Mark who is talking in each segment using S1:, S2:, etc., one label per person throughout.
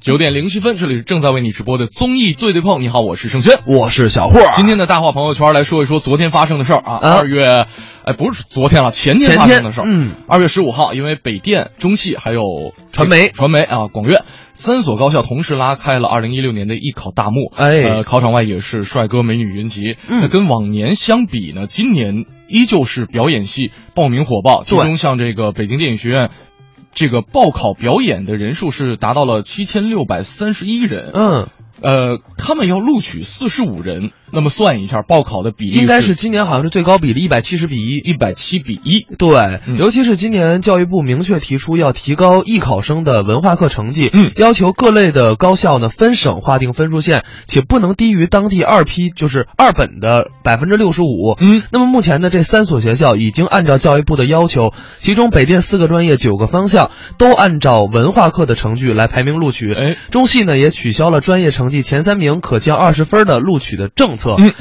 S1: 九点零七分，这里正在为你直播的综艺对对碰。你好，我是盛轩。
S2: 我是小霍。
S1: 今天的大话朋友圈来说一说昨天发生的事儿啊，
S2: 啊
S1: 二月，哎，不是昨天了，前天
S2: 前
S1: 发
S2: 天
S1: 生的事儿。
S2: 嗯，
S1: 二月十五号，因为北电、中戏还有
S2: 传媒
S1: 传媒啊、广院三所高校同时拉开了二零一六年的艺考大幕。
S2: 哎
S1: 呃，考场外也是帅哥美女云集。
S2: 嗯
S1: 那跟往年相比呢，今年依旧是表演系报名火爆，其
S2: 对
S1: 中像这个北京电影学院。这个报考表演的人数是达到了七千六百三十一人，
S2: 嗯，
S1: 呃，他们要录取四十五人，那么算一下报考的比例
S2: 应该是今年好像是最高比例一百七十比一。
S1: 一百七比一。
S2: 对，
S1: 嗯
S2: 尤其是今年教育部明确提出要提高艺考生的文化课成绩，
S1: 嗯
S2: 要求各类的高校呢分省划定分数线，且不能低于当地二批就是二本的百分之六十五。
S1: 嗯，
S2: 那么目前呢，这三所学校已经按照教育部的要求，其中北电四个专业九个方向都按照文化课的成绩来排名录取。
S1: 哎，
S2: 中戏呢也取消了专业成绩前三名可降二十分的录取的政策。
S1: 嗯，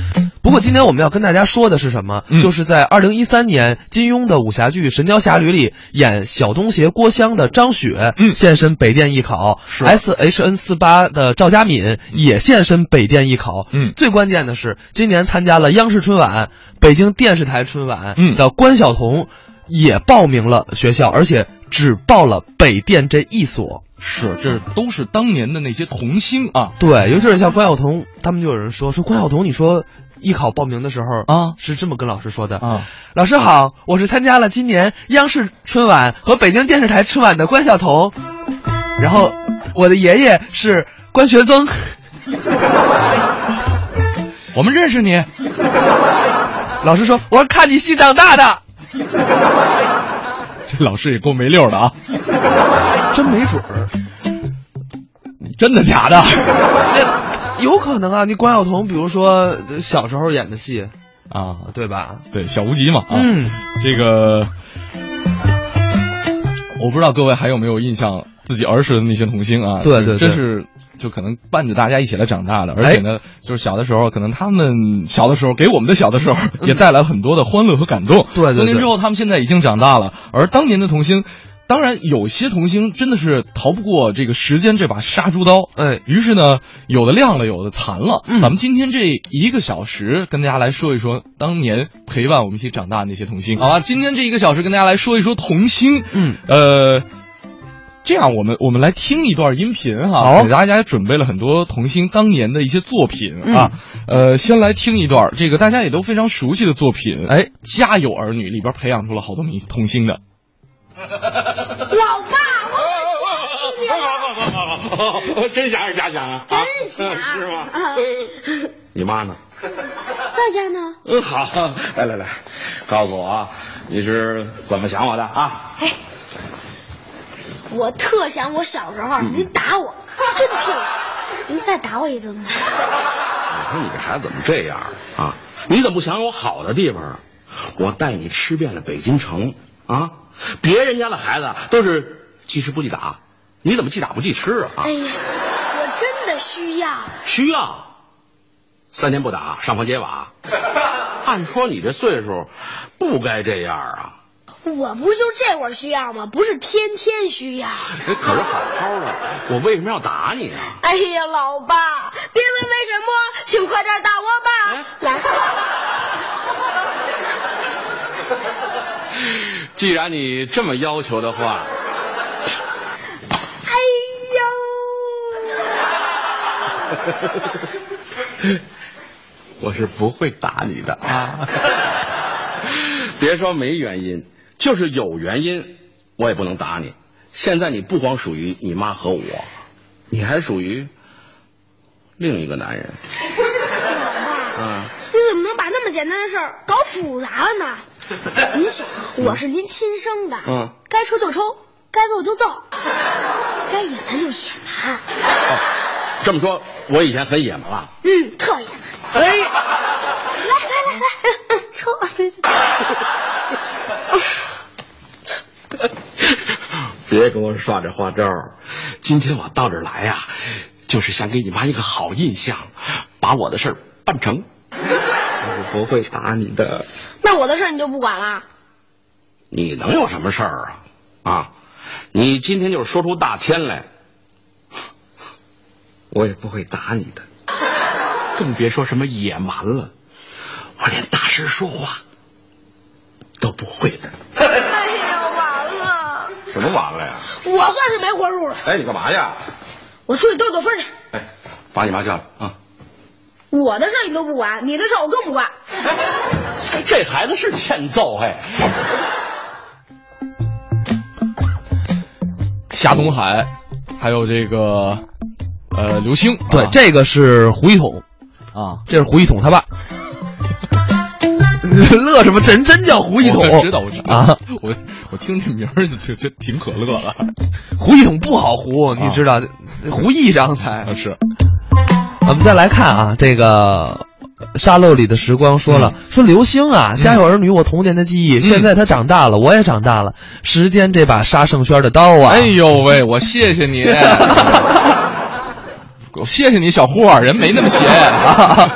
S2: 不过今天我们要跟大家说的是什么？
S1: 嗯
S2: 就是在二零一三年金庸的武侠剧《神雕侠侣》里演小东邪郭襄的张雪，
S1: 嗯
S2: 现身北电艺考
S1: 是
S2: ；S H N 四八的赵佳敏也现身北电艺考。
S1: 嗯
S2: 最关键的是，今年参加了央视春晚、北京电视台春
S1: 嗯
S2: 晚的关晓彤也报名了学校，而且只报了北电这一所。
S1: 是，这都是当年的那些童星啊
S2: 对，尤其是像关晓彤，他们就有人说说关晓彤，你说艺考报名的时候
S1: 啊
S2: 是这么跟老师说的
S1: 啊！
S2: 老师好，我是参加了今年央视春晚和北京电视台春晚的关晓彤，然后我的爷爷是关学增，
S1: 我们认识你，
S2: 老师说我是看你戏长大的，
S1: 这老师也够没溜儿的啊！
S2: 真没准儿，
S1: 真的 假的？
S2: 那有可能啊，你关晓彤，比如说呃小时候演的戏，
S1: 啊，
S2: 对吧？
S1: 对，小无极嘛啊。
S2: 嗯，
S1: 这个，我不知道各位还有没有印象自己儿时的那些童星啊？
S2: 对
S1: 就是
S2: 对对哎
S1: 真是就可能伴着大家一起来长大的，而且呢，就是小的时候，可能他们小的时候给我们的小的时 候也带来了很多的欢乐和感动。
S2: 对对对
S1: 多年之后，他们现在已经长大了，而当年的童星。当然，有些童星真的是逃不过这个时间这把杀猪刀，
S2: 哎，
S1: 于是呢，有的亮了，有的残了。
S2: 嗯
S1: 咱们今天这一个小时跟大家来说一说当年陪伴我们一起长大的那些童星。好吧，今天这一个小时跟大家来说一说童星。
S2: 嗯，
S1: 呃，这样我们我们来听一段音频哈、
S2: 好
S1: 给大家准备了很多童星当年的一些作品
S2: 嗯
S1: 啊。呃，先来听一段这个大家也都非常熟悉的作品，
S2: 哎，
S1: 《家有儿女》里边培养出了好多名童星的。
S3: 老爸，我
S4: 好好好好好，真想是假想啊？
S3: 真想
S4: 啊是吗
S3: 啊？
S4: 你妈呢？
S3: 在家呢。
S4: 嗯，好，来来来，告诉我啊，你是怎么想我的啊？
S3: 哎，我特想我小时候您打我，真拼了！您再打我一顿吧。
S4: 你说你这孩子怎么这样啊？你怎么不想有好的地方啊？我带你吃遍了北京城啊！别人家的孩子都是记吃不记打，你怎么记打不记吃啊？
S3: 哎呀，我真的需要。
S4: 需要。三天不打，上房揭瓦。按说你这岁数，不该这样啊。
S3: 我不是就这会儿需要吗？不是天天需要。
S4: 哎可是好好的，我为什么要打你啊？
S3: 哎呀，老爸，别问为什么，请快点打我吧。来，
S4: 既然你这么要求的话，
S3: 哎呦，
S4: 我是不会打你的啊。 别说没原因，就是有原因，我也不能打你。现在你不光属于你妈和我，你还属于另一个男人。嗯。
S3: 你怎么能把那么简单的事儿搞复杂了呢？您想，我是您亲生的，
S4: 嗯，
S3: 该抽就抽，该揍就揍，该野蛮就野蛮，
S4: 哦，这么说，我以前很野蛮啊。
S3: 嗯，特野蛮。
S4: 哎，
S3: 来来来来，抽，对对对，
S4: 别跟我耍这花招儿！今天我到这儿来呀、就是想给你妈一个好印象，把我的事儿办成。我是不会打你的。
S3: 那我的事儿你就不管了？
S4: 你能有什么事儿啊？啊，你今天就说出大天来，我也不会打你的，更别说什么野蛮了。我连大声说话都不会的。
S3: 哎呀，完了，
S4: 什么完了呀？
S3: 我算是没活路了，
S4: 哎，你干嘛呀？
S3: 我出去兜兜风去。
S4: 哎，把你妈叫来啊！
S3: 我的事儿你都不管，你的事儿我更不管。
S4: 这孩子是欠揍哎！
S1: 夏东海，还有这个呃刘星，
S2: 对，
S1: 啊
S2: 这个是胡一统，
S1: 啊，
S2: 这是胡一统他爸。 乐什么？真真叫胡一统，
S1: 我知道，我知道
S2: 啊。
S1: 我 我听这名儿就就就挺可乐了，
S2: 胡一统不好胡，你知道， 胡一张才。
S1: 啊是
S2: 我们再来看啊，这个《沙漏里的时光》说
S1: 嗯
S2: 了，说刘星啊，家有儿女，我童年的记忆。现在他长大了，我也长大了，时间这把杀圣轩的刀啊！
S1: 哎呦喂，我谢谢 你，我谢谢你，小霍儿，人没那么闲
S2: 啊，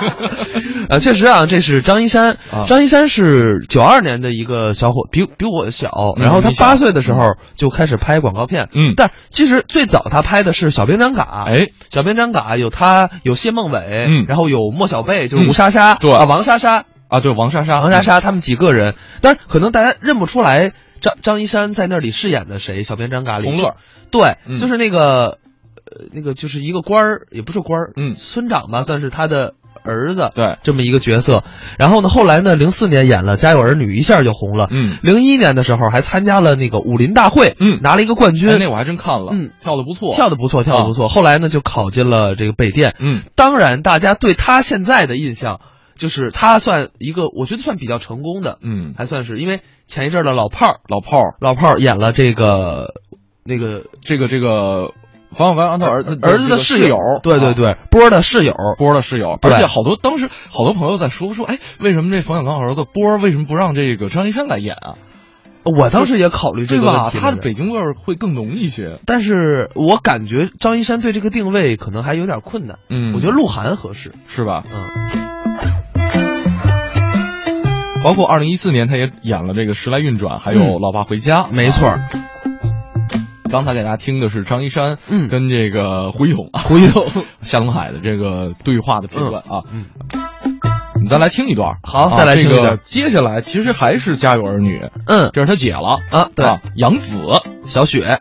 S2: 呃，确实啊，这是张一山。
S1: 啊
S2: 张一山是九二年的一个小伙，比比我小。
S1: 嗯
S2: 然后他
S1: 你小
S2: 八岁的时候就开始拍广告片。
S1: 嗯
S2: 但其实最早他拍的是《小兵张嘎》。
S1: 哎，
S2: 小兵张嘎有他，有谢孟伟，
S1: 嗯
S2: 然后有莫小贝，就是
S1: 嗯
S2: 吴莎莎，
S1: 对
S2: 啊，王莎莎，
S1: 啊，对，王莎莎，
S2: 王莎莎他们几个人。但是可能大家认不出来张张一山在那里饰演的谁，《小兵张嘎》里
S1: 红乐，
S2: 对，
S1: 嗯
S2: 就是那个，呃，那个就是一个官儿，也不是官儿，
S1: 嗯
S2: 村长吧，算是他的儿子，
S1: 对，
S2: 这么一个角色。然后呢，后来呢，零四年演了《家有儿女》，一下就红了。
S1: 嗯，
S2: 零一年的时候还参加了那个武林大会，
S1: 嗯
S2: 拿了一个冠军，
S1: 哎那我还真看了，
S2: 嗯
S1: 跳的不错，啊
S2: 跳的不错，跳的不错。后来呢，就考进了这个北电。
S1: 嗯，
S2: 当然，大家对他现在的印象就是他算一个，我觉得算比较成功的，
S1: 嗯，
S2: 还算是因为前一阵儿的老炮儿，
S1: 老炮儿，
S2: 老炮儿演了这个那个
S1: 这个这个冯小刚他儿子
S2: 儿子的
S1: 这个
S2: 室
S1: 友，
S2: 对对
S1: 啊
S2: 对，波儿的室友，
S1: 波儿的室友，
S2: 对
S1: 而且好多当时好多朋友在说说，哎，为什么这冯小刚儿子波儿为什么不让这个张一山来演啊？
S2: 我当时也考虑这
S1: 对
S2: 个问
S1: 吧？
S2: 题
S1: 他
S2: 来
S1: 的
S2: 着，
S1: 北京味儿会更浓一些。
S2: 但是我感觉张一山对这个定位可能还有点困难，
S1: 嗯
S2: 我觉得鹿晗合适，
S1: 是吧？
S2: 嗯，
S1: 包括二零一四年，他也演了这个《时来运转》，还有
S2: 嗯
S1: 《老爸回家》
S2: 没错儿，
S1: 刚才给大家听的是张一山，
S2: 嗯
S1: 跟这个胡一统，胡一统、 夏东海的这个对话的片段啊。
S2: 嗯
S1: 我们再来听一段，
S2: 好
S1: 啊
S2: 再来听一
S1: 这
S2: 段
S1: 个接下来其实还是《家有儿女》，
S2: 嗯
S1: 这是他姐了
S2: 啊，对，
S1: 啊，杨紫，
S2: 小雪，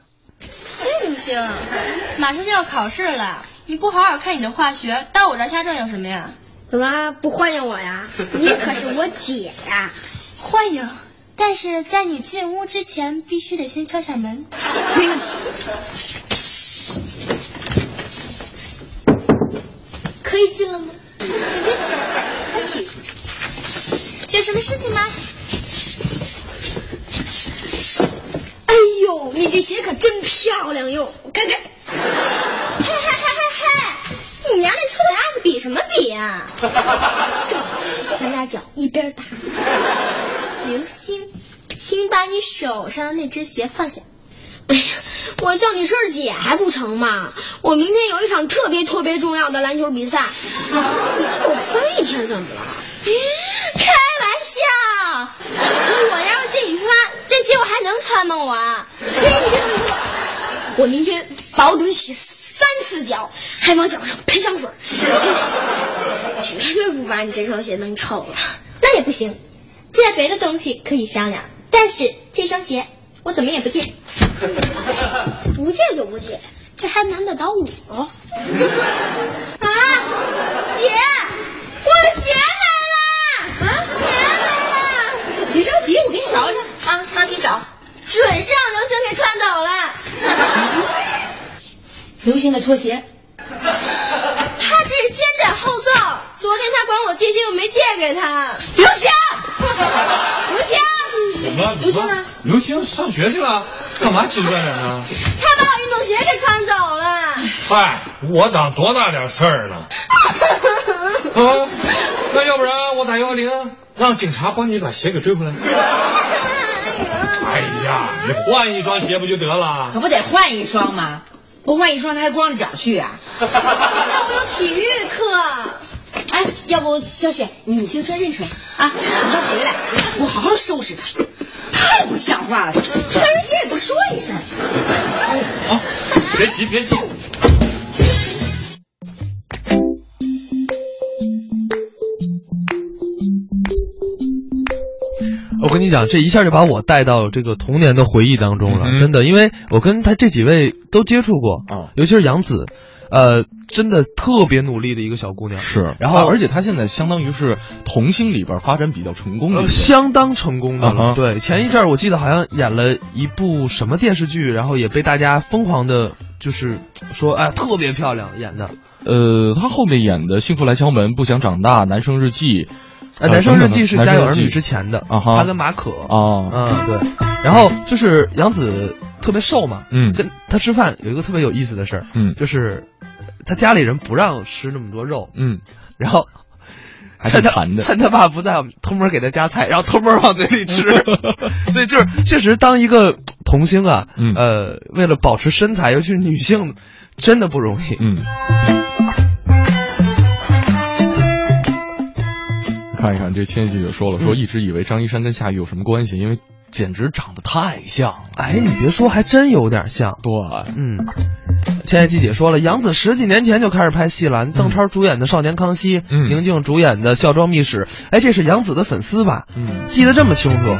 S5: 不行，马上就要考试了，你不好好看你的化学，到我这儿瞎转悠什么呀？
S3: 怎么不欢迎我呀？你可是我姐呀！
S5: 欢迎，但是在你进屋之前，必须得先敲下门。
S3: 可以进了吗？请进。Thank you。
S5: 有什么事情吗？
S3: 哎呦，你这鞋可真漂亮哟！我看看，
S5: 嘿嘿嘿嘿嘿，你拿那臭鸭子比什么比啊呀、
S3: 咱俩脚一边大。
S5: 刘星，请把你手上的那只鞋放下。
S3: 哎呀，我叫你声姐还不成吗？我明天有一场特别特别重要的篮球比赛，你借我穿一天怎么了？
S5: 开玩笑，我要是借你穿，这鞋我还能穿吗？我啊，
S3: 我明天保准洗三次脚，还往脚上喷香水儿，真是绝对不把你这双鞋弄臭了。
S5: 那也不行，借别的东西可以商量，但是这双鞋我怎么也不 借。
S3: 不借就不借，这还难得倒我？
S5: 哦啊，鞋，我的鞋没了！啊，鞋没了！别着急，我给你找找。啊，妈给你找，准是让刘星给穿走了。
S3: 刘星的拖鞋，
S5: 他这是先斩后奏，昨天他管我借鞋，我没借给他。刘星，刘星，啊
S3: 刘星呢？
S6: 刘星上学去了，干嘛急着人呢？
S5: 他把我运动鞋给穿走了。
S6: 嗨，我长多大点事儿 呢？啊，那要不然我打幺幺零，让警察帮你把鞋给追回来。哎呀，你换一双鞋不就得了？
S7: 可不得换一双吗？不换一双，他还光着脚去啊？
S5: 下午有体育课，
S7: 哎，要不小雪，你去跟认识啊，等他回来，我好好收拾他。太不像话了，穿人鞋也不说一声。
S6: 别急，别急。
S2: 跟你讲，这一下就把我带到这个童年的回忆当中了，
S1: 嗯哼
S2: 真的，因为我跟他这几位都接触过，
S4: 哦
S2: 尤其是杨紫，呃，真的特别努力的一个小姑娘，
S1: 是，
S2: 然后呃
S1: 啊而且他现在相当于是童星里边发展比较成功的一
S2: 呃
S1: 个，
S2: 相当成功
S1: 嗯
S2: 的
S1: 啊
S2: 了。
S1: 哈
S2: 对，前一阵儿我记得好像演了一部什么电视剧，然后也被大家疯狂的，就是说哎，特别漂亮演的。
S1: 呃，他后面演的《幸福来敲门》《不想长大》《男生日记》
S2: 呃，
S1: 啊
S2: 男生
S1: 等
S2: 日
S1: 等
S2: 记是《
S1: 男
S2: 家
S1: 生
S2: 有
S1: 日
S2: 儿
S1: 记
S2: 女》之前的，
S1: 啊哈
S2: 他跟马可。
S1: 啊，
S2: 嗯，对。然后就是杨紫特别瘦嘛，
S1: 嗯
S2: 跟她吃饭有一个特别有意思的事儿，
S1: 嗯
S2: 就是她家里人不让吃那么多肉，
S1: 嗯，
S2: 然后
S1: 还
S2: 趁
S1: 挺
S2: 他
S1: 馋的
S2: 趁他爸不在，我们偷摸给他夹菜，然后偷摸往嘴里 吃。所以就是确实，当一个童星啊，
S1: 嗯
S2: 呃，为了保持身材，尤其是女性，真的不容易。
S1: 嗯。看一看这千玺也说了，说一直以为张一山跟夏雨有什么关系，因为简直长得太像了。
S2: 哎，你别说，还真有点像。
S1: 对，
S2: 嗯，千叶季姐说了，杨紫十几年前就开始拍戏了，邓超主演的《少年康熙》，
S1: 嗯
S2: 宁静主演的《孝庄秘史》，哎，这是杨紫的粉丝吧？
S1: 嗯
S2: 记得这么清楚。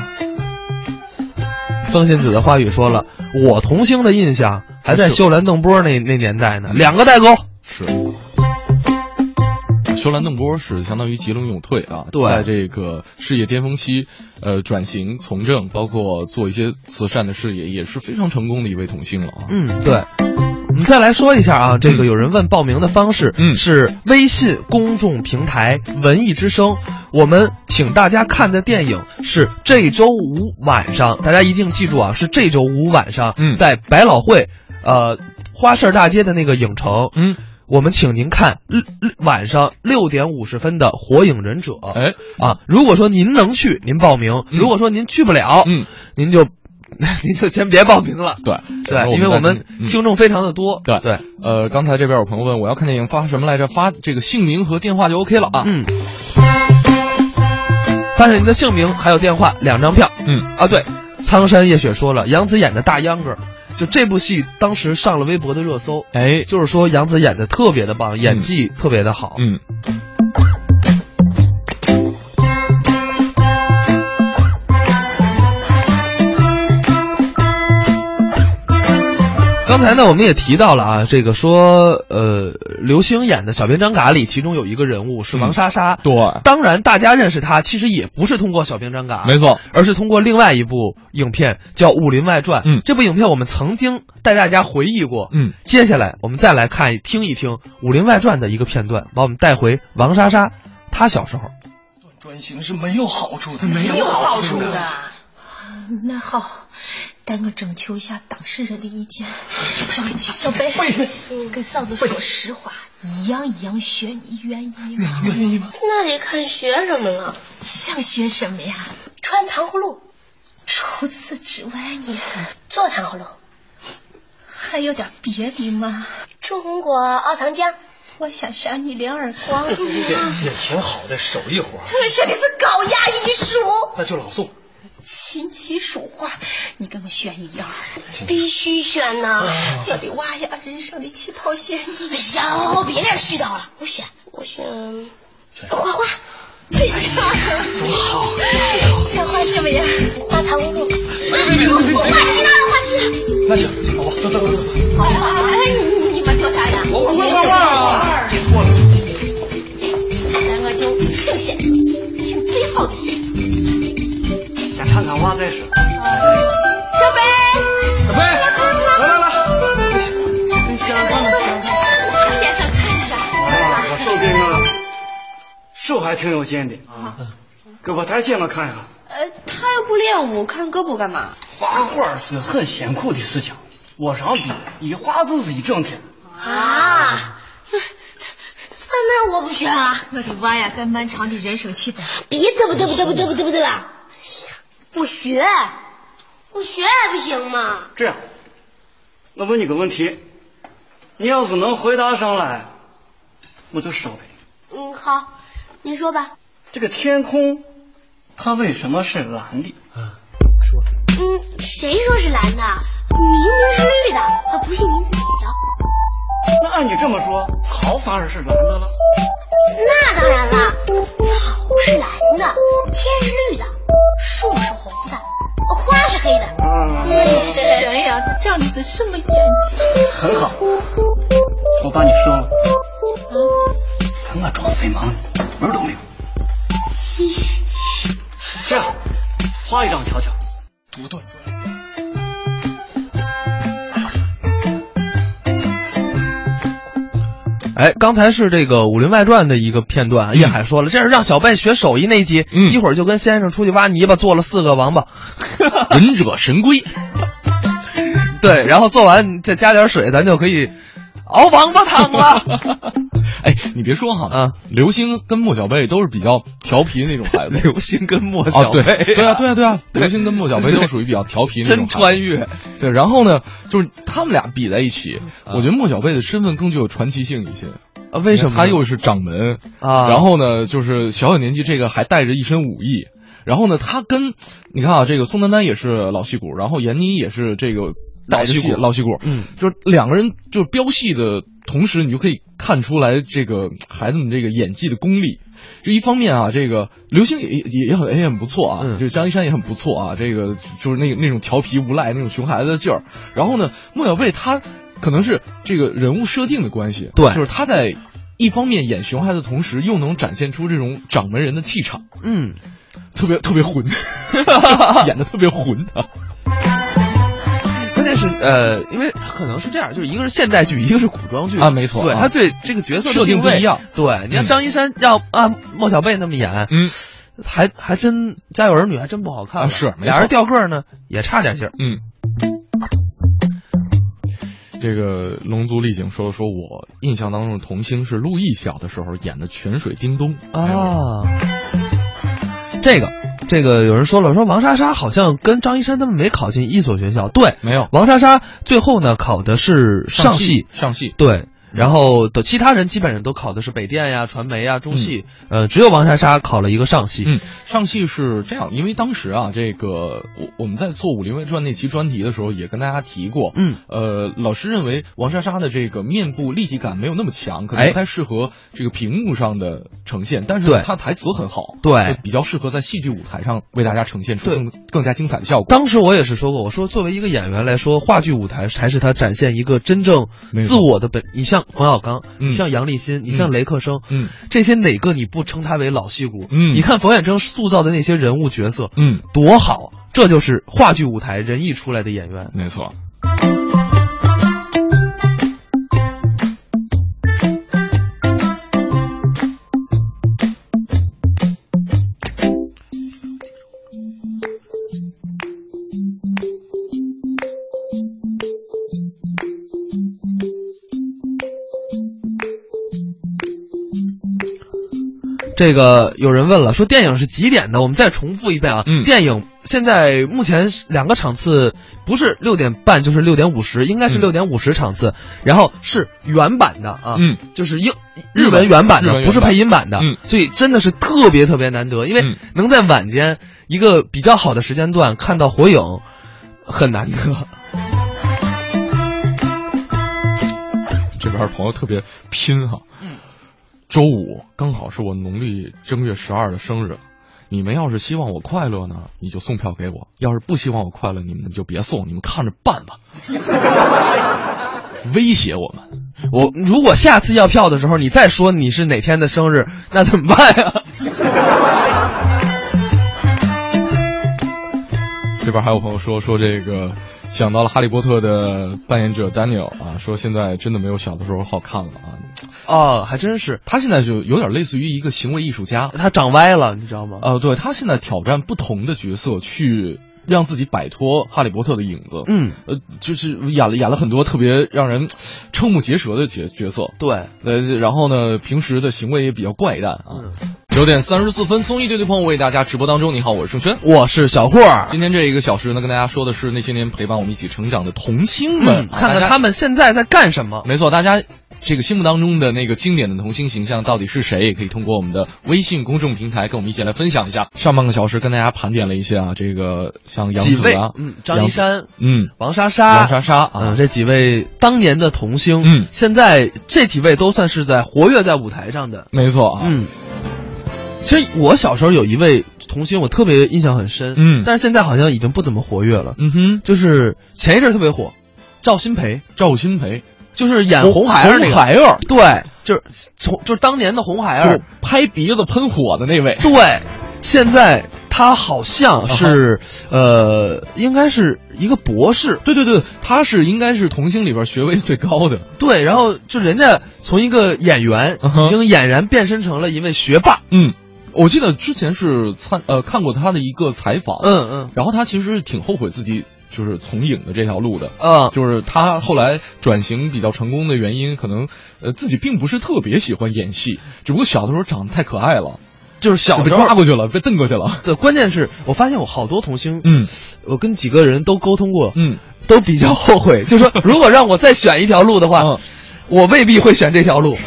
S2: 风信子的话语说了，我童星的印象还在秀兰邓波那那年代呢，两个代沟。
S1: 是。修兰邓波是相当于急流勇退啊，
S2: 对
S1: 在这个事业巅峰期，呃，转型从政，包括做一些慈善的事业，也是非常成功的一位童星了啊。
S2: 嗯，对。我们再来说一下啊，这个有人问报名的方式，
S1: 嗯
S2: 是微信公众平台“文艺之声”。我们请大家看的电影是这周五晚上，大家一定记住啊，是这周五晚上，
S1: 嗯
S2: 在百老汇，呃，花市大街的那个影城，
S1: 嗯，
S2: 我们请您看六六晚上六点五十分的《火影忍者》。
S1: 哎，
S2: 啊，如果说您能去，您报名；如果说您去不了，
S1: 嗯，
S2: 您就 您就先别报名了。
S1: 对然后
S2: 对，因为我们
S1: 再嗯
S2: 听众非常的多。
S1: 对
S2: 对，啊
S1: 呃，刚才这边有朋友问我要看电影发什么来着，发这个姓名和电话就 OK 了啊。
S2: 嗯。发上您的姓名还有电话，两张票。
S1: 嗯
S2: 啊，对，苍山夜雪说了，杨紫演的大秧歌，就这部戏当时上了微博的热搜，
S1: 哎，
S2: 就是说杨紫演的特别的棒，演技特别的好。
S1: 嗯，
S2: 刚才呢，我们也提到了啊，这个说呃，刘星演的小兵张嘎里，其中有一个人物是王莎莎。
S1: 嗯对，
S2: 当然，大家认识他其实也不是通过小兵张嘎，
S1: 没错，
S2: 而是通过另外一部影片叫《武林外传》。
S1: 嗯
S2: 这部影片我们曾经带大家回忆过。
S1: 嗯，
S2: 接下来我们再来看听一听《武林外传》的一个片段，把我们带回王莎莎她小时候。
S8: 专行是没有好处的，
S7: 没有好处的。
S5: 那好，耽搁征求一下当事人的意见。小
S8: 哎
S5: 小北，
S8: 嗯
S5: 跟嫂子说实话，一样一样学，你愿意吗？
S8: 愿意吗？
S3: 那得看学什么了。
S5: 想学什么呀？
S3: 穿糖葫芦，
S5: 除此之外，你
S3: 做糖葫芦，
S5: 还有点别的吗？
S3: 朱红果熬糖浆，啊
S5: 我想扇你两耳光。
S8: 哎也挺好的手艺活儿，
S3: 这是你是高压艺术，
S8: 那就老宋。
S5: 琴棋书画，你跟我选一样。
S3: 必须选呐、
S5: 我的娃呀，人生的起跑线，你
S3: 哎呦，别在这絮叨了，我选，我选画画。哎呀，
S5: 想画什么呀？
S3: 画糖葫芦。我画其他的，画其他的。
S8: 那行，好吧，走走走走。
S5: 哎，你们做啥呀？
S8: 我我我我
S3: 咱们就请先，请最好的先。
S8: 先看看娃再说。
S3: 小北，
S8: 小贝，来来来，先看看，先看看。
S3: 先生看一下，
S8: 啊，我手这个手还挺有劲的啊，胳膊抬起来看一看。
S5: 呃，他又不练武，看胳膊干嘛？
S8: 画画是很辛苦的事情，我上笔一画就是一整天。
S3: 啊，那那我不学了，
S5: 我的哎妈呀，在漫长的人生期间，
S3: 别嘚啵嘚啵嘚啵嘚啵嘚啵嘚了，哎不学，不学也不行嘛。
S8: 这样，我问你个问题，你要是能回答上来，我就收了你。
S3: 嗯，好，您说吧。
S8: 这个天空，它为什么是蓝的？
S3: 嗯，谁说是蓝的？明明是绿的，啊，不信您自己找。
S8: 那按你这么说，草反而是蓝的了。
S3: 那当然了，草是蓝的，天是绿的，树是红的，花是黑的。
S8: 啊，
S5: 神呀，他这样子什么眼睛？
S8: 很好。我帮你说了，甭老装色盲，门儿都没有。这样，画一张瞧瞧。独断专行。
S2: 哎，刚才是这个《武林外传》的一个片段啊，叶海说了，这是让小贝学手艺那一集，
S1: 嗯
S2: 一会儿就跟先生出去挖泥巴，做了四个王八，
S1: 忍者神龟，
S2: 对，然后做完再加点水，咱就可以熬王八汤 了。
S1: 哎，你别说哈，
S2: 啊，
S1: 刘星跟莫小贝都是比较调皮那种孩子。
S2: 刘星跟莫
S1: 哦
S2: 小，贝、
S1: 对，对啊，对啊，对啊，刘星跟莫小贝都属于比较调皮那种孩
S2: 真
S1: 子。
S2: 穿越。
S1: 对，然后呢，就是他们俩比在一起，我觉得莫小贝的身份更具有传奇性一些。
S2: 啊，嗯为什么呢？
S1: 他又是掌门
S2: 啊
S1: 然后呢，就是小小年纪这个还带着一身武艺。然后呢，他跟你看啊，这个宋丹丹也是老戏骨，然后闫妮也是这个
S2: 老
S1: 带着
S2: 戏
S1: 戏
S2: 骨
S1: 老戏骨，
S2: 嗯，
S1: 就是两个人就是飙戏的同时，你就可以看出来这个孩子们这个演技的功力。就一方面啊，这个刘星也也也很也很不错啊，
S2: 嗯
S1: 就张一山也很不错啊，这个就是那那种调皮无赖那种熊孩子的劲儿。然后呢，莫小贝他可能是这个人物设定的关系，
S2: 对
S1: 就是他在一方面演熊孩子的同时，又能展现出这种掌门人的气场，
S2: 嗯，
S1: 特别特别混， 演的特别混啊。
S2: 关键是呃，因为他可能是这样，就是一个是现代剧，一个是古装剧
S1: 啊没错
S2: 对
S1: 啊
S2: 他对这个角色的
S1: 设定不
S2: 位
S1: 一样。
S2: 对，你
S1: 嗯
S2: 看张一山要啊莫小贝那么演，
S1: 嗯
S2: 还还真《家有儿女》还真不好看了
S1: 啊是没错
S2: 俩人掉个儿呢也差点劲儿。
S1: 嗯。这个龙族丽景说说，我印象当中的童星是陆毅小的时候演的《泉水叮咚》哎呦，
S2: 啊。这个，这个有人说了，说王莎莎好像跟张一山他们没考进一所学校。对，
S1: 没有
S2: 王莎莎最后呢考的是上戏，
S1: 上戏，
S2: 对，然后的其他人基本上都考的是北电呀、传媒呀、中戏，呃，只有王莎莎考了一个上戏。
S1: 嗯，上戏是这样，因为当时啊，这个我我们在做《武林外传》那期专题的时候，也跟大家提过，
S2: 嗯，
S1: 呃，老师认为王莎莎的这个面部立体感没有那么强，可能
S2: 哎
S1: 不太适合这个屏幕上的呈现，但是
S2: 对
S1: 她台词很好，
S2: 对
S1: 就比较适合在戏剧舞台上为大家呈现出
S2: 对
S1: 更更加精彩的效果。
S2: 当时我也是说过，我说作为一个演员来说，话剧舞台才是他展现一个真正
S1: 没错
S2: 自我的本。你像冯小刚，
S1: 嗯
S2: 你像杨立新，你像
S1: 嗯
S2: 雷克生，
S1: 嗯，
S2: 这些哪个你不称他为老戏骨？
S1: 嗯
S2: 你看冯远征塑造的那些人物角色，
S1: 嗯，
S2: 多好！这就是话剧舞台人艺出来的演员。
S1: 没错。
S2: 啊这个有人问了，说电影是几点的？我们再重复一遍啊，
S1: 嗯
S2: 电影现在目前是两个场次不是六点半就是六点五十，应该是
S1: 嗯
S2: 六点五十场次，然后是原版的啊，
S1: 嗯，
S2: 就是英
S1: 日
S2: 日
S1: 本
S2: 文原版
S1: 日
S2: 的，
S1: 文原版
S2: 不是配音版的，
S1: 嗯
S2: 所以真的是特别特别难得，因为
S1: 嗯
S2: 能在晚间一个比较好的时间段看到火影，很难得。
S1: 这边朋友特别拼哈、周五刚好是我农历正月十二的生日，你们要是希望我快乐呢，你就送票给我；要是不希望我快乐，你们就别送，你们看着办吧。威胁我们，
S2: 我如果下次要票的时候你再说你是哪天的生日，那怎么 办呀？
S1: 这边还有朋友说说这个想到了哈利波特的扮演者 Daniel 啊，说现在真的没有小的时候好看了啊。
S2: 哦，还真是。
S1: 他现在就有点类似于一个行为艺术家，
S2: 他长歪了，你知道吗？
S1: 呃，对他现在挑战不同的角色，去让自己摆脱哈利波特的影子。
S2: 嗯，
S1: 呃，就是演了演了很多特别让人瞠目结舌的角角色。
S2: 对，
S1: 呃，然后呢，平时的行为也比较怪诞啊
S2: 嗯。
S1: 九点三十四分，综艺对对碰为大家直播当中，你好，我是盛轩。
S2: 我是小霍儿。
S1: 今天这一个小时呢，跟大家说的是那些年陪伴我们一起成长的童星们，啊
S2: 嗯，看
S1: 大家嗯
S2: 看他们现在在干什么。
S1: 没错，大家这个心目当中的那个经典的童星形象到底是谁？也可以通过我们的微信公众平台跟我们一起来分享一下。上半个小时跟大家盘点了一些啊，这个像杨
S2: 几
S1: 紫
S2: 位
S1: 啊，，
S2: 嗯，张一山、
S1: 嗯，
S2: 王莎莎、
S1: 杨莎莎啊
S2: 嗯，，这几位当年的童星，
S1: 嗯
S2: 现在这几位都算是在活跃在舞台上的。
S1: 没错啊，
S2: 嗯，其实我小时候有一位童星，我特别印象很深，
S1: 嗯
S2: 但是现在好像已经不怎么活跃了。
S1: 嗯哼，
S2: 就是前一阵儿特别火，赵新培，
S1: 赵新培
S2: 就是演红孩儿那
S1: 红
S2: 个，
S1: 孩儿
S2: 对，就是从就是当年的红孩
S1: 就是
S2: 儿，
S1: 拍鼻子喷火的那位，
S2: 对，现在他好
S1: 啊
S2: 像是、呃，应该是一个博士，
S1: 对对对，他是应该是童星里边学位最高的，
S2: 对，然后就人家从一个演员
S1: 嗯哼
S2: 已经俨然变身成了一位学霸，
S1: 嗯，我记得之前是参呃看过他的一个采访，
S2: 嗯嗯
S1: 然后他其实挺后悔自己就是从影的这条路的，
S2: 嗯，
S1: 就是他后来转型比较成功的原因，可能呃自己并不是特别喜欢演戏，只不过小的时候长得太可爱了，
S2: 就是小
S1: 就被
S2: 时候
S1: 抓过去了，被瞪过去了。
S2: 对，关键是我发现我好多童星，
S1: 嗯，
S2: 我跟几个人都沟通过，
S1: 嗯，
S2: 都比较后悔，就说如果让我再选一条路的话，
S1: 嗯
S2: 我未必会选这条路。
S1: 是。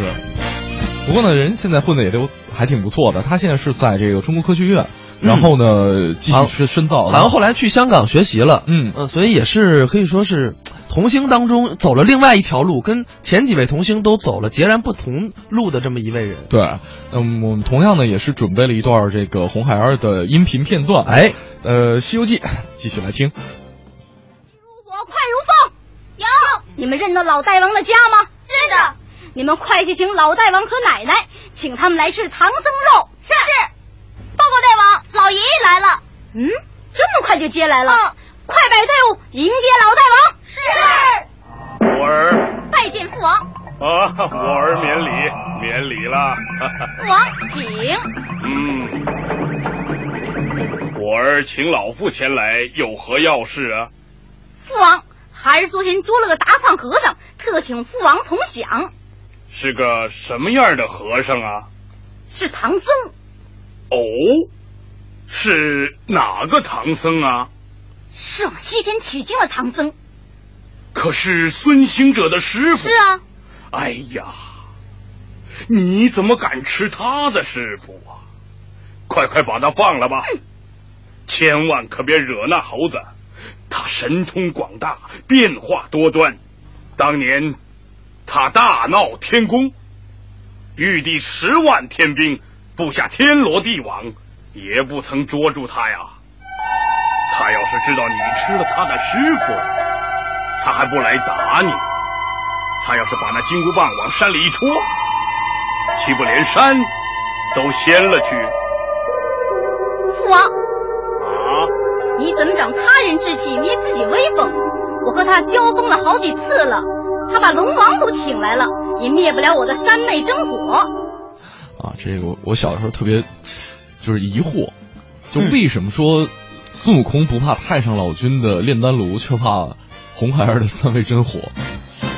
S1: 不过呢，人现在混的也都还挺不错的。他现在是在这个中国科学院，然后呢继续
S2: 好
S1: 深深造。
S2: 嗯好像后来去香港学习了，
S1: 嗯
S2: 呃，所以也是可以说是童星当中走了另外一条路，跟前几位童星都走了截然不同路的这么一位人。
S1: 对，嗯，我们同样呢也是准备了一段这个红孩儿的音频片段。哎，呃，《西游记》继续来听。
S5: 火快如风。有，你们认得老大王的家吗？认得。你们快去请老大王和奶奶，请他们来吃唐僧肉。是是。报告大王，老爷爷来了。嗯，这么快就接来了。快摆队伍迎接老大王。是。
S9: 我儿
S5: 拜见父王，
S9: 啊，我儿免礼，免礼了。
S5: 父王请。
S9: 嗯，我儿请老父前来，有何要事啊？
S5: 父王，孩儿昨天捉了个大胖和尚，特请父王同享。
S9: 是个什么样的和尚啊？
S5: 是唐僧，
S9: 哦，是哪个唐僧啊？
S5: 是往西天取经的唐僧。
S9: 可是孙行者的师傅
S5: 是。啊，
S9: 哎呀，你怎么敢吃他的师傅啊？快快把他放了吧，千万可别惹那猴子，他神通广大，变化多端。当年他大闹天宫，玉帝十万天兵布下天罗地网，也不曾捉住他呀。他要是知道你吃了他的师傅，他还不来打你。他要是把那金箍棒往山里一戳，岂不连山都掀了去？
S5: 父王。
S9: 啊，
S5: 你怎么长他人志气，灭自己威风？我和他交锋了好几次了，他把龙王都请来了，也灭不了我的三昧真火。
S1: 啊，这个我我小的时候特别就是疑惑，就为什么说孙悟空不怕太上老君的炼丹炉，却怕红孩儿的三味真火？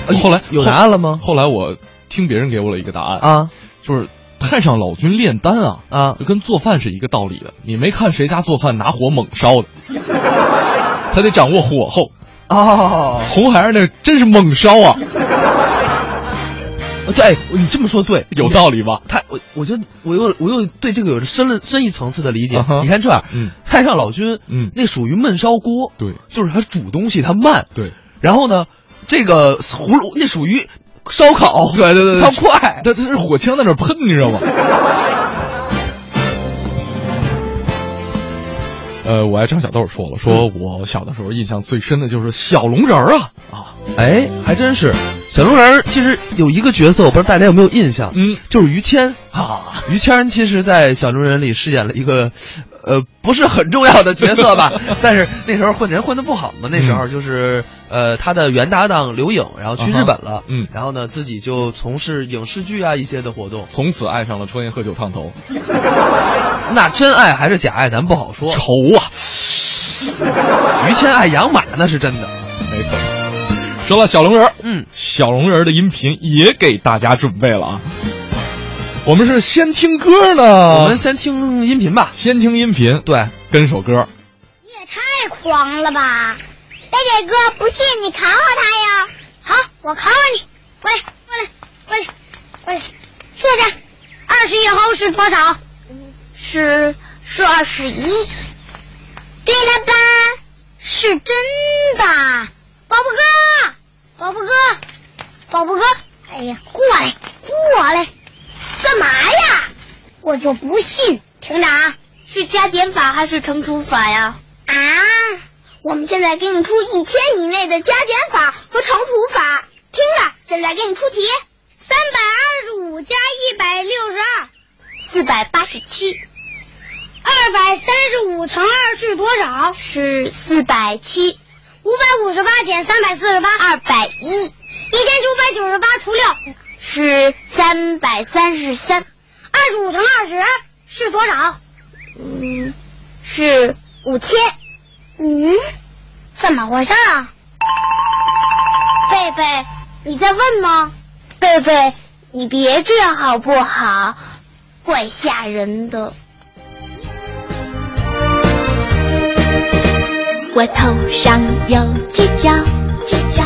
S2: 哎
S1: 后来
S2: 有
S1: 后
S2: 答案了吗
S1: 后来我听别人给我了一个答案，
S2: 啊
S1: 就是太上老君炼丹啊，
S2: 啊
S1: 就跟做饭是一个道理的。你没看谁家做饭拿火猛烧的， 他得掌握火候。
S2: 哦，
S1: 红孩儿那真是猛烧啊，
S2: 对，哎你这么说对，
S1: 有道理吧？
S2: 太我我就我又我又对这个有着深了深一层次的理解。
S1: 啊哈
S2: 你看这样，
S1: 嗯
S2: 太上老君，
S1: 嗯
S2: 那属于焖烧锅，
S1: 对
S2: 就是他煮东西他慢，
S1: 对。
S2: 然后呢，这个葫芦那属于烧烤，
S1: 对对对对
S2: 它快，
S1: 但他是火枪在那儿喷，你知道吗？ 呃，我爱张小豆说了，说我小的时候印象最深的就是小龙人儿啊啊，
S2: 哎，还真是。小龙人儿其实有一个角色，我不知道大家有没有印象，
S1: 嗯，
S2: 就是于谦。
S1: 啊，。
S2: 于谦其实，在小龙人里饰演了一个，呃，不是很重要的角色吧 但是那时候混人混的不好嘛，那时
S1: 嗯
S2: 候就是，呃，他的原搭档刘颖，然后去日本了，
S1: 嗯
S2: 然后呢，自己就从事影视剧啊一些的活动。
S1: 从此爱上了抽烟喝酒烫头，
S2: 那真爱还是假爱，咱不好说。
S1: 愁啊，
S2: 于谦爱养马那是真的。
S1: 没错。说了小龙人儿，
S2: 嗯，
S1: 小龙人儿的音频也给大家准备了啊。我们是先听歌呢，
S2: 我们先听音频吧。
S1: 先听音频，
S2: 对，
S1: 跟首歌，
S5: 你也太狂了吧！贝贝哥，不信你考考他呀！好，我考考你。过来，过来，过来，过来，坐下。二十以后是多少？是是二十一。对了吧？是真的。宝宝哥，宝宝哥，宝宝哥，哎呀，过来，过来，干嘛呀？我就不信等等啊，是加减法还是乘除法呀？啊，我们现在给你出一千以内的加减法和乘除法，听着，现在给你出题：三百二十五加一百六十二，四百八十七。二百三十五乘二是多少？是四百七。五百五十八减三百四十八，二百一。一千九百九十八除六是三百三十三。二十五乘二十是多少？嗯，是五千。嗯，怎么回事啊？贝贝，你在问吗？贝贝，你别这样好不好？怪吓人的。
S10: 我头上有犄角，犄角；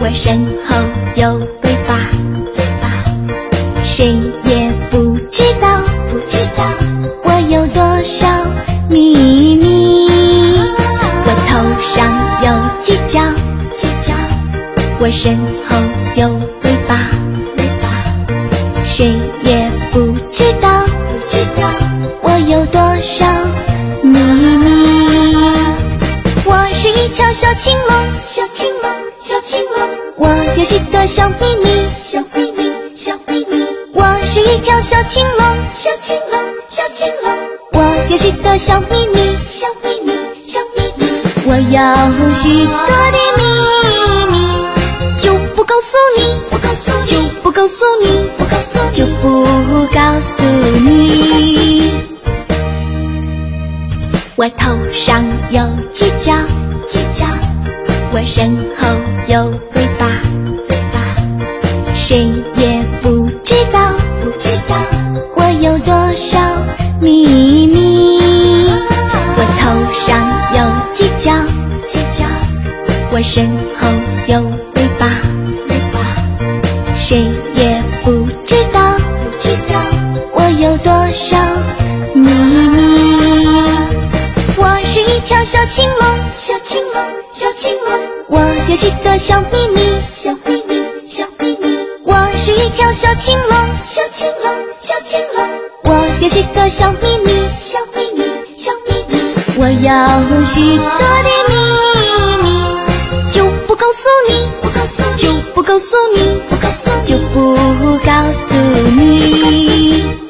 S10: 我身后有尾巴，尾巴。谁也不知道，不知道我有多少秘密。我头上有犄角，犄角；我身后有尾巴，尾巴。谁也不知道，不知道我有多少秘密。我是一条小青龙，小青龙，小青龙。我有许多小秘密，小秘密，小秘密。我是一条小青龙，小青龙，小青龙。我有许多小秘密，小秘密，小秘密。我有许多的秘密，就不告诉你，不告诉你，就不告诉你，不告诉你，就不告诉你。我头上有犄角，犄角；我身后有尾巴，尾巴。谁也不知道，不知道我有多少秘密。我头上有犄角，犄角；我身后有尾巴，尾巴。谁也不知道，不知道我有多少秘密。我是一条小青龙，小青龙，小青龙。我有许多小秘密，小秘密，小秘密。我是一条小青龙，小青龙，小青龙。我有许多小秘密，小秘密，小秘密。我有许多的秘密，就不告诉你，不告诉你，就不告诉你，不告诉你，就不告诉你。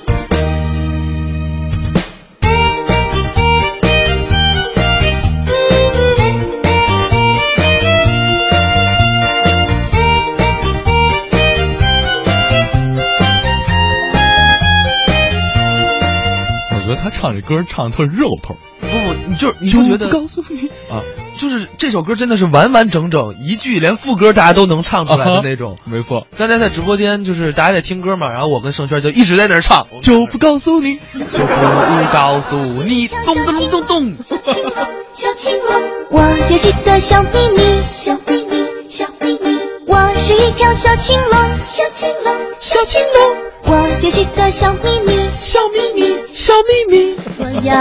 S1: 我觉得他唱这歌唱的特肉头，
S2: 不不，你就是你不觉得
S1: 告诉你啊
S2: 就是这首歌真的是完完整整一句，连副歌大家都能唱出来的那种。
S1: 啊没错，
S2: 刚才在直播间就是大家在听歌嘛，然后我跟盛轩就一直在那儿唱，就不告诉你，就不告诉你，咚咚咚咚。
S10: 小青龙，小青龙，我有许多小秘密，小秘密，小秘密。我是一条小青龙，小青龙，小青龙。我有许多小秘密，小秘密，小秘密。我有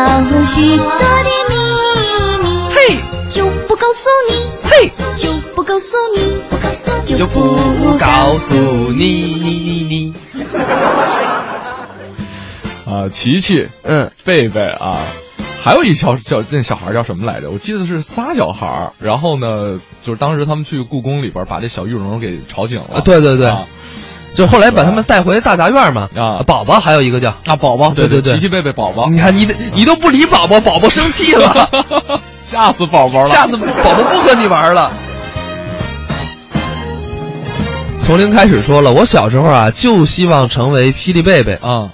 S10: 许多的秘密，嘿，就不告诉你，嘿，就不告诉你，不告诉你，
S2: 就不告诉你，你你你，
S1: 啊，琪琪，
S2: 嗯，
S1: 贝贝啊，还有一小小那小孩叫什么来着？我记得是仨小孩儿，然后呢，就是当时他们去故宫里边把这小玉蓉给吵醒了。
S2: 啊，对对对
S1: 啊，
S2: 就后来把他们带回大杂院嘛。
S1: 啊
S2: 宝宝还有一个叫啊，宝宝，对
S1: 对
S2: 对嗯
S1: 琪，琪贝贝宝宝
S2: 你看你得你都不理宝宝，宝宝生气了，
S1: 吓死宝宝了，
S2: 下次宝宝不和你玩了。从零开始说了，我小时候啊就希望成为霹雳贝贝啊。
S1: 啊！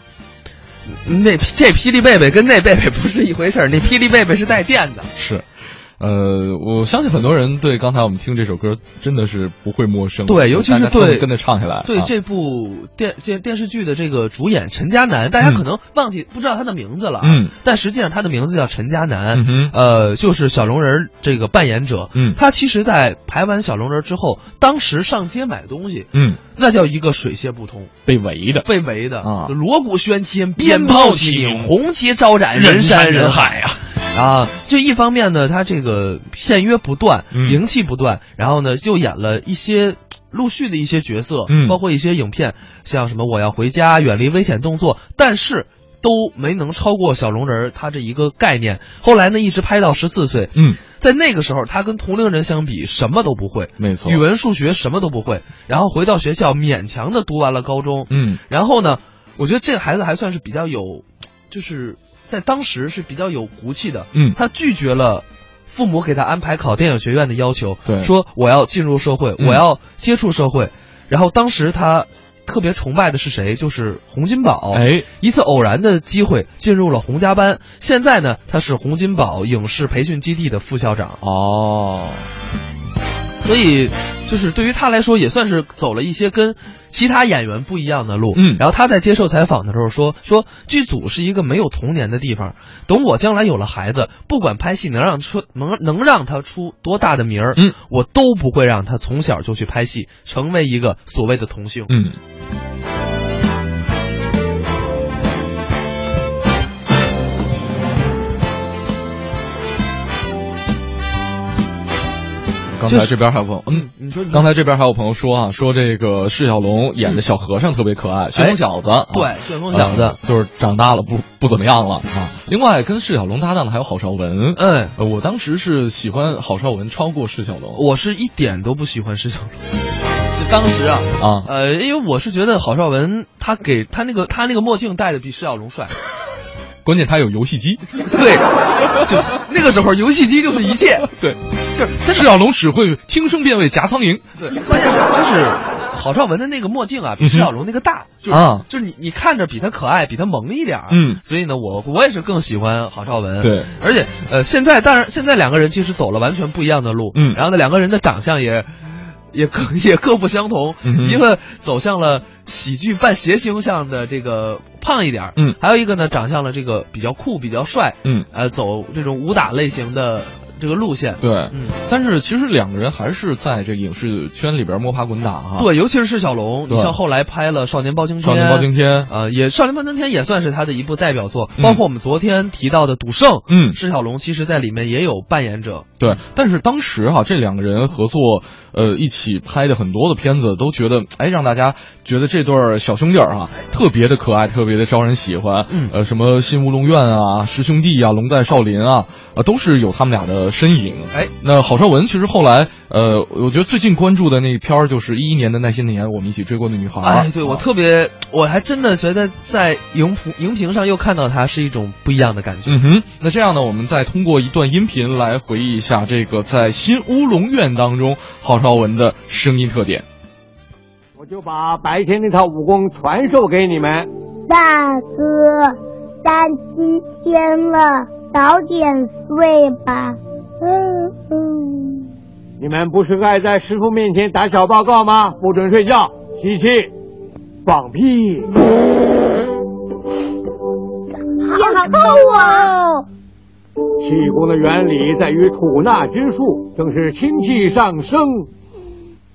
S2: 那这霹雳贝贝跟那贝贝不是一回事儿，那霹雳贝贝是带电的。
S1: 是，呃，我相信很多人对刚才我们听这首歌真的是不会陌生，
S2: 对，尤其
S1: 大
S2: 是
S1: 家都能
S2: 对
S1: 跟着唱起来，
S2: 对
S1: 啊
S2: 这部电电电视剧的这个主演陈嘉楠，大家
S1: 嗯
S2: 可能忘记、不知道他的名字了啊，
S1: 嗯
S2: 但实际上他的名字叫陈嘉楠，
S1: 嗯哼
S2: 呃，就是小龙人儿这个扮演者，
S1: 嗯
S2: 他其实，在排完小龙人儿之后，当时上街买东西，
S1: 嗯，
S2: 那叫一个水泄不通，
S1: 被围的，
S2: 被围的
S1: 啊
S2: 锣鼓喧天，
S1: 鞭
S2: 鞭
S1: 炮
S2: 炮
S1: 齐
S2: 齐
S1: 鸣
S2: 鸣，红旗招展，
S1: 人
S2: 人
S1: 山
S2: 山
S1: 人
S2: 人
S1: 海
S2: 海
S1: 啊
S2: 啊！啊，这一方面呢，他这个片约不断
S1: 嗯，
S2: 名气不断，然后呢，又演了一些。陆续的一些角色，
S1: 嗯
S2: 包括一些影片，像什么《我要回家》《远离危险动作》，但是都没能超过小龙人儿他这一个概念。后来呢，一直拍到十四岁。
S1: 嗯，
S2: 在那个时候，他跟同龄人相比，什么都不会，
S1: 没错
S2: 语文、数学什么都不会。然后回到学校，勉强的读完了高中。
S1: 嗯，
S2: 然后呢，我觉得这个孩子还算是比较有，就是在当时是比较有骨气的。
S1: 嗯
S2: 他拒绝了。父母给他安排考电影学院的要求，
S1: 对
S2: 说我要进入社会，
S1: 嗯
S2: 我要接触社会。然后当时他特别崇拜的是谁？就是洪金宝。
S1: 哎，
S2: 一次偶然的机会进入了洪家班，现在呢，他是洪金宝影视培训基地的副校长。
S1: 哦，
S2: 所以，就是对于他来说，也算是走了一些跟其他演员不一样的路。
S1: 嗯
S2: 然后他在接受采访的时候说：“说剧组是一个没有童年的地方，等我将来有了孩子，不管拍戏能让出能能让他出多大的名儿，
S1: 嗯，
S2: 我都不会让他从小就去拍戏，成为一个所谓的童星。”
S1: 嗯。刚才
S2: 就是
S1: 这边还有朋友，嗯，
S2: 你说你嗯
S1: 刚才这边还有朋友说啊，说这个释小龙演的小和尚特别可爱，旋风小子，啊
S2: 哎对旋风小子
S1: 呃就是长大了不不怎么样了啊。另外跟释小龙搭档的还有郝邵文，
S2: 嗯
S1: 呃，我当时是喜欢郝邵文超过释小龙，
S2: 我是一点都不喜欢释小龙。就当时啊，
S1: 啊
S2: 呃，因为我是觉得郝邵文他给他那个他那个墨镜戴的比释小龙帅，
S1: 关键他有游戏机，
S2: 对，就那个时候游戏机就是一切，
S1: 对，这释小龙只会听声辨位夹苍蝇，
S2: 对，关键是就是郝邵文的那个墨镜啊，比释小龙那个大，就是、
S1: 啊
S2: 就是你你看着比他可爱，比他萌一点儿
S1: 嗯
S2: 所以呢，我我也是更喜欢郝邵文，
S1: 对，
S2: 而且呃，现在当然现在两个人其实走了完全不一样的路，
S1: 嗯
S2: 然后呢，两个人的长相也。也各也各不相同，
S1: 嗯哼
S2: 一个走向了喜剧半谐星向的这个胖一点儿
S1: 嗯
S2: 还有一个呢长相了这个比较酷、比较帅，
S1: 嗯
S2: 呃，走这种武打类型的这个路线，
S1: 对，
S2: 嗯
S1: 但是其实两个人还是在这个影视圈里边摸爬滚打哈，，
S2: 对，尤其是释小龙，你
S1: 啊对
S2: 像后来拍了《少年包青天》，
S1: 少年包青天
S2: 呃，也《少年包青天》也算是他的一部代表作，
S1: 嗯
S2: 包括我们昨天提到的《赌圣》，
S1: 嗯
S2: 释小龙其实在里面也有扮演者，
S1: 对，但是当时哈、这两个人合作，呃，一起拍的很多的片子，都觉得哎，让大家觉得这对儿小兄弟儿啊，特别的可爱，特别的招人喜欢。
S2: 嗯
S1: 呃，什么新乌龙院啊，师兄弟啊，龙在少林啊，呃，都是有他们俩的身影。
S2: 哎，
S1: 那郝邵文其实后来，呃，我觉得最近关注的那一片儿就是一一年的那些年，我们一起追过的女孩儿。
S2: 哎，对我
S1: 啊
S2: 特别，我还真的觉得在荧屏荧屏上又看到他是一种不一样的感觉。
S1: 嗯哼，那这样呢，我们再通过一段音频来回忆一下这个在新乌龙院当中郝邵文的声音特点。
S11: 我就把白天那套武功传授给你们。
S5: 大哥，三七天了，早点睡吧。嗯嗯，
S11: 你们不是爱在师傅面前打小报告吗？不准睡觉，吸气，放屁。
S5: 好痛啊！
S11: 气功的原理在于吐纳之术，正是清气上升，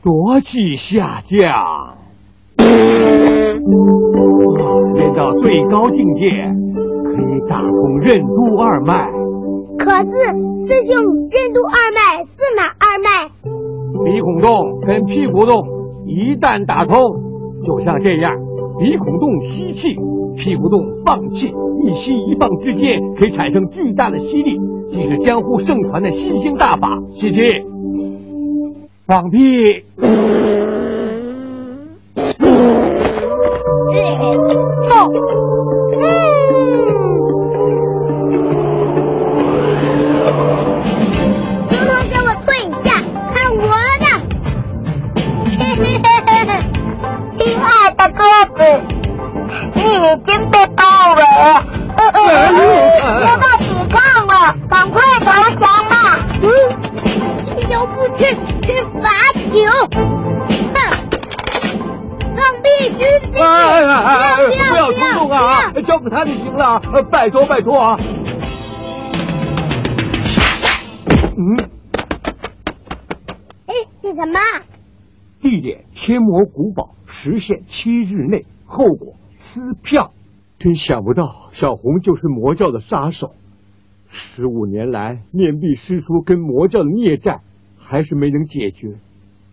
S11: 浊气下降。啊练到最高境界，可以打通任督二脉。
S5: 可是师兄，任督二脉是哪二脉？
S11: 鼻孔洞跟屁股洞一旦打通，就像这样，鼻孔洞吸气，屁股洞放气，一吸一放之间可以产生巨大的吸力，即是江湖盛传的吸星大法。吸气，放屁，
S5: 动。嗯，通通给我退下，看我的！亲爱的鸽子，你已经被包围了，无法抵抗了，赶快投降吧！嗯，又不吃吃罚球，哼！放屁之地！
S11: 哎哎哎哎，
S5: 不
S11: 不
S5: 要
S11: 要冲动啊
S5: 不要！
S11: 交给他就行了，呃拜托拜托啊！嗯，
S5: 哎，是什么？
S11: 地点天魔古堡，时限七日内，后果撕票。真想不到，小红就是魔教的杀手。十五年来，面壁师出跟魔教的孽债，还是没能解决。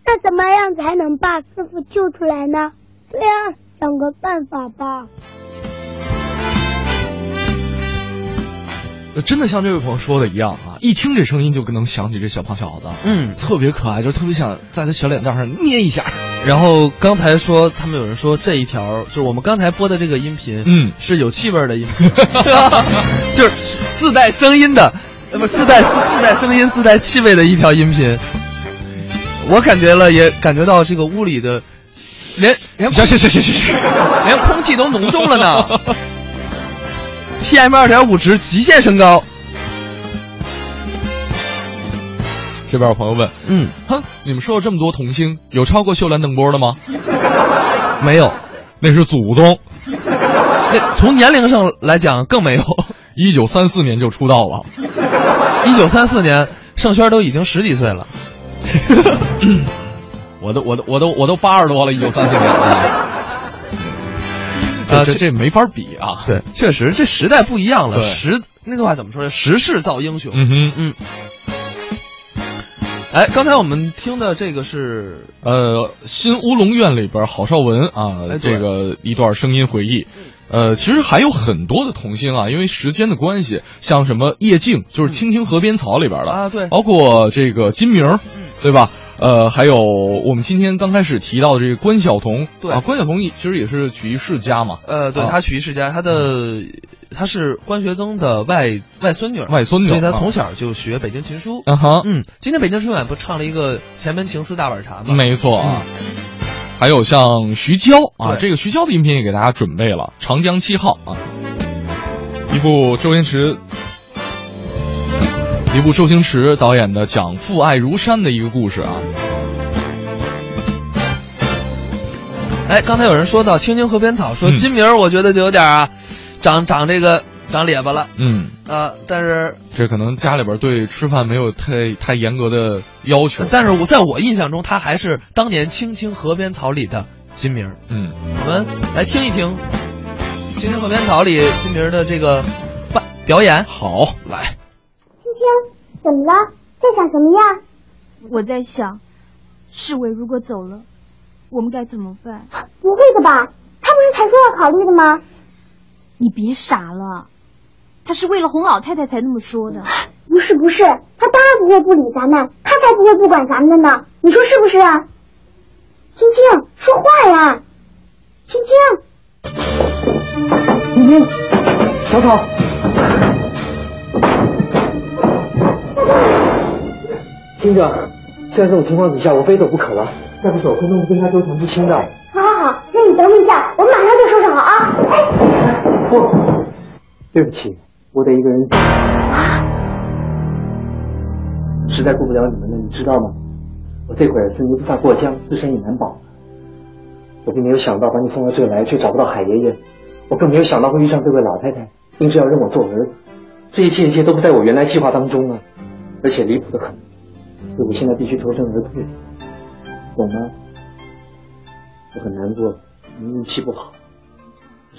S5: 那怎么样才能把师傅救出来呢？对呀、想个办法吧。
S1: 呃真的像这位朋友说的一样啊，一听这声音就能想起这小胖小子，
S2: 嗯，
S1: 特别可爱，就是特别想在他小脸蛋上捏一下。
S2: 然后刚才说他们有人说这一条就是我们刚才播的这个音频，
S1: 嗯，
S2: 是有气味的音 频， 就是自带声音的，呃，不是自带自带声音、自带气味的一条音频。我感觉了，也感觉到这个屋里的，连连
S1: 行行行行行行，
S2: 连空气都浓重了呢。PM 二点五值极限升高。
S1: 这边有朋友问，
S2: 嗯，
S1: 哼，你们说了这么多童星，有超过秀兰邓波的吗？
S2: 没有，
S1: 那是祖宗。
S2: 那从年龄上来讲更没有。
S1: 一九三四年就出道了，
S2: 一九三四年，盛轩都已经十几 岁了。
S1: 我都我都我都我都八十多了，一九三四年。
S2: 啊
S1: 啊，这这没法比啊！
S2: 对，确实这时代不一样了，
S1: 对
S2: 时那句话怎么说呢？时势造英雄。
S1: 嗯哼，
S2: 嗯。哎，刚才我们听的这个是
S1: 呃，新乌龙院里边郝邵文啊，
S2: 哎对
S1: 这个一段声音回忆。呃，其实还有很多的童星啊，因为时间的关系，像什么叶静，就是《青青河边草》里边的
S2: 啊对
S1: 包括这个金明，
S2: 嗯
S1: 对吧？呃，还有我们今天刚开始提到的这个关晓彤，
S2: 对
S1: 啊，关晓彤也其实也是曲艺世家嘛，
S2: 呃，对
S1: 啊嗯
S2: 他曲艺世家，他的他是关学增的外外孙女儿，
S1: 外孙女儿
S2: 所以他
S1: 啊
S2: 从小就学北京琴书。
S1: 啊哈，
S2: 嗯，今天北京春晚不唱了一个《前门情思大碗茶》吗？
S1: 没错啊。还有像徐娇啊，
S2: 嗯对
S1: 这个徐娇的音频也给大家准备了，《长江七号》啊，一部周星驰，一部周星驰导演的讲父爱如山的一个故事啊。
S2: 哎，刚才有人说到《青青河边草》，说
S1: 嗯
S2: 金明儿，我觉得就有点啊，长长这个长咧巴了。
S1: 嗯，
S2: 呃，但是
S1: 这可能家里边对吃饭没有太太严格的要求。
S2: 但是我在我印象中，他还是当年《青青河边草》里的金明儿。
S1: 嗯，
S2: 我们来听一听《青青河边草》里金明儿的这个扮表演。
S1: 好，来，
S10: 青青，怎么了？在想什么呀？
S3: 我在想，世伟如果走了，我们该怎么办？
S10: 不会的吧？他不是才说要考虑的吗？
S3: 你别傻了，他是为了哄老太太才那么说的。
S10: 不是不是，他当然不会不理咱们，他才不会不管咱们的呢。你说是不是啊？青青，说话呀！青青，
S11: 青青，小草，听着，在这种情况底下，我非走不可了。再不走，分钟跟他纠缠不清的。
S10: 好好好，那你等我一下，我马上就收拾好啊。
S11: 不，对不起，我得一个人走，实在顾不了你们了，你知道吗？我这会儿是泥菩萨过江，自身已难保。我并没有想到把你送到这来，却找不到海爷爷，我更没有想到会遇上这位老太太，硬是要认我做儿子。这一切一切都不在我原来计划当中啊，而且离谱的很，所以我现在必须脱身而退，懂吗？我很难过，你运气不好，可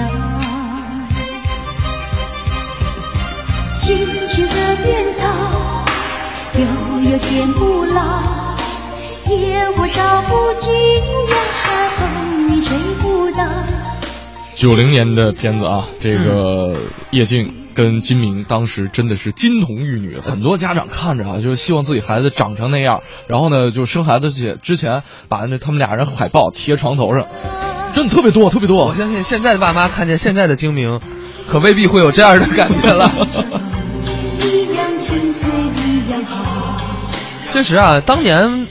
S5: 青青河边草，悠悠天不老。野火烧不尽，呀，风雨吹不倒。
S1: 九零年的片子啊，这个叶静跟金明当时真的是金童玉女，很多家长看着啊，就希望自己孩子长成那样，然后呢，就生孩子之前之前把那他们俩人海报贴床头上，真的特别多，特别
S2: 我
S1: 多。
S2: 相信现在的爸妈看见现在的精明，可未必会有这样的感 觉了。
S5: 一样清脆，一样好。
S2: 确实啊，当年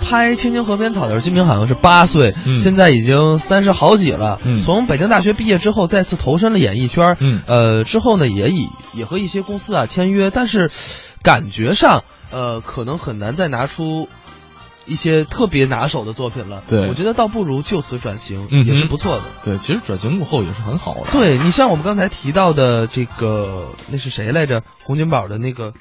S2: 拍《青青河边草》的时候，金明好像是八岁，
S1: 嗯
S2: 现在已经三十好几了。
S1: 嗯
S2: 从北京大学毕业之后，再次投身了演艺圈。
S1: 嗯
S2: 呃，之后呢，也以也和一些公司啊签约，但是感觉上，呃，可能很难再拿出。一些特别拿手的作品了，
S1: 对
S2: 我觉得倒不如就此转型，
S1: 嗯哼
S2: 也是不错的。
S1: 对，其实转型幕后也是很好的。
S2: 对你像我们刚才提到的这个，那是谁来着？洪金宝的那个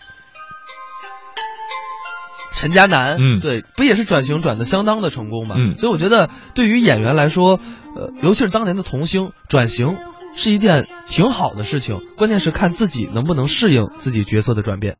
S2: 陈嘉楠，
S1: 嗯
S2: 对，不也是转型转的相当的成功嘛，
S1: 嗯
S2: 所以我觉得对于演员来说，呃，尤其是当年的童星转型是一件挺好的事情，关键是看自己能不能适应自己角色的转变。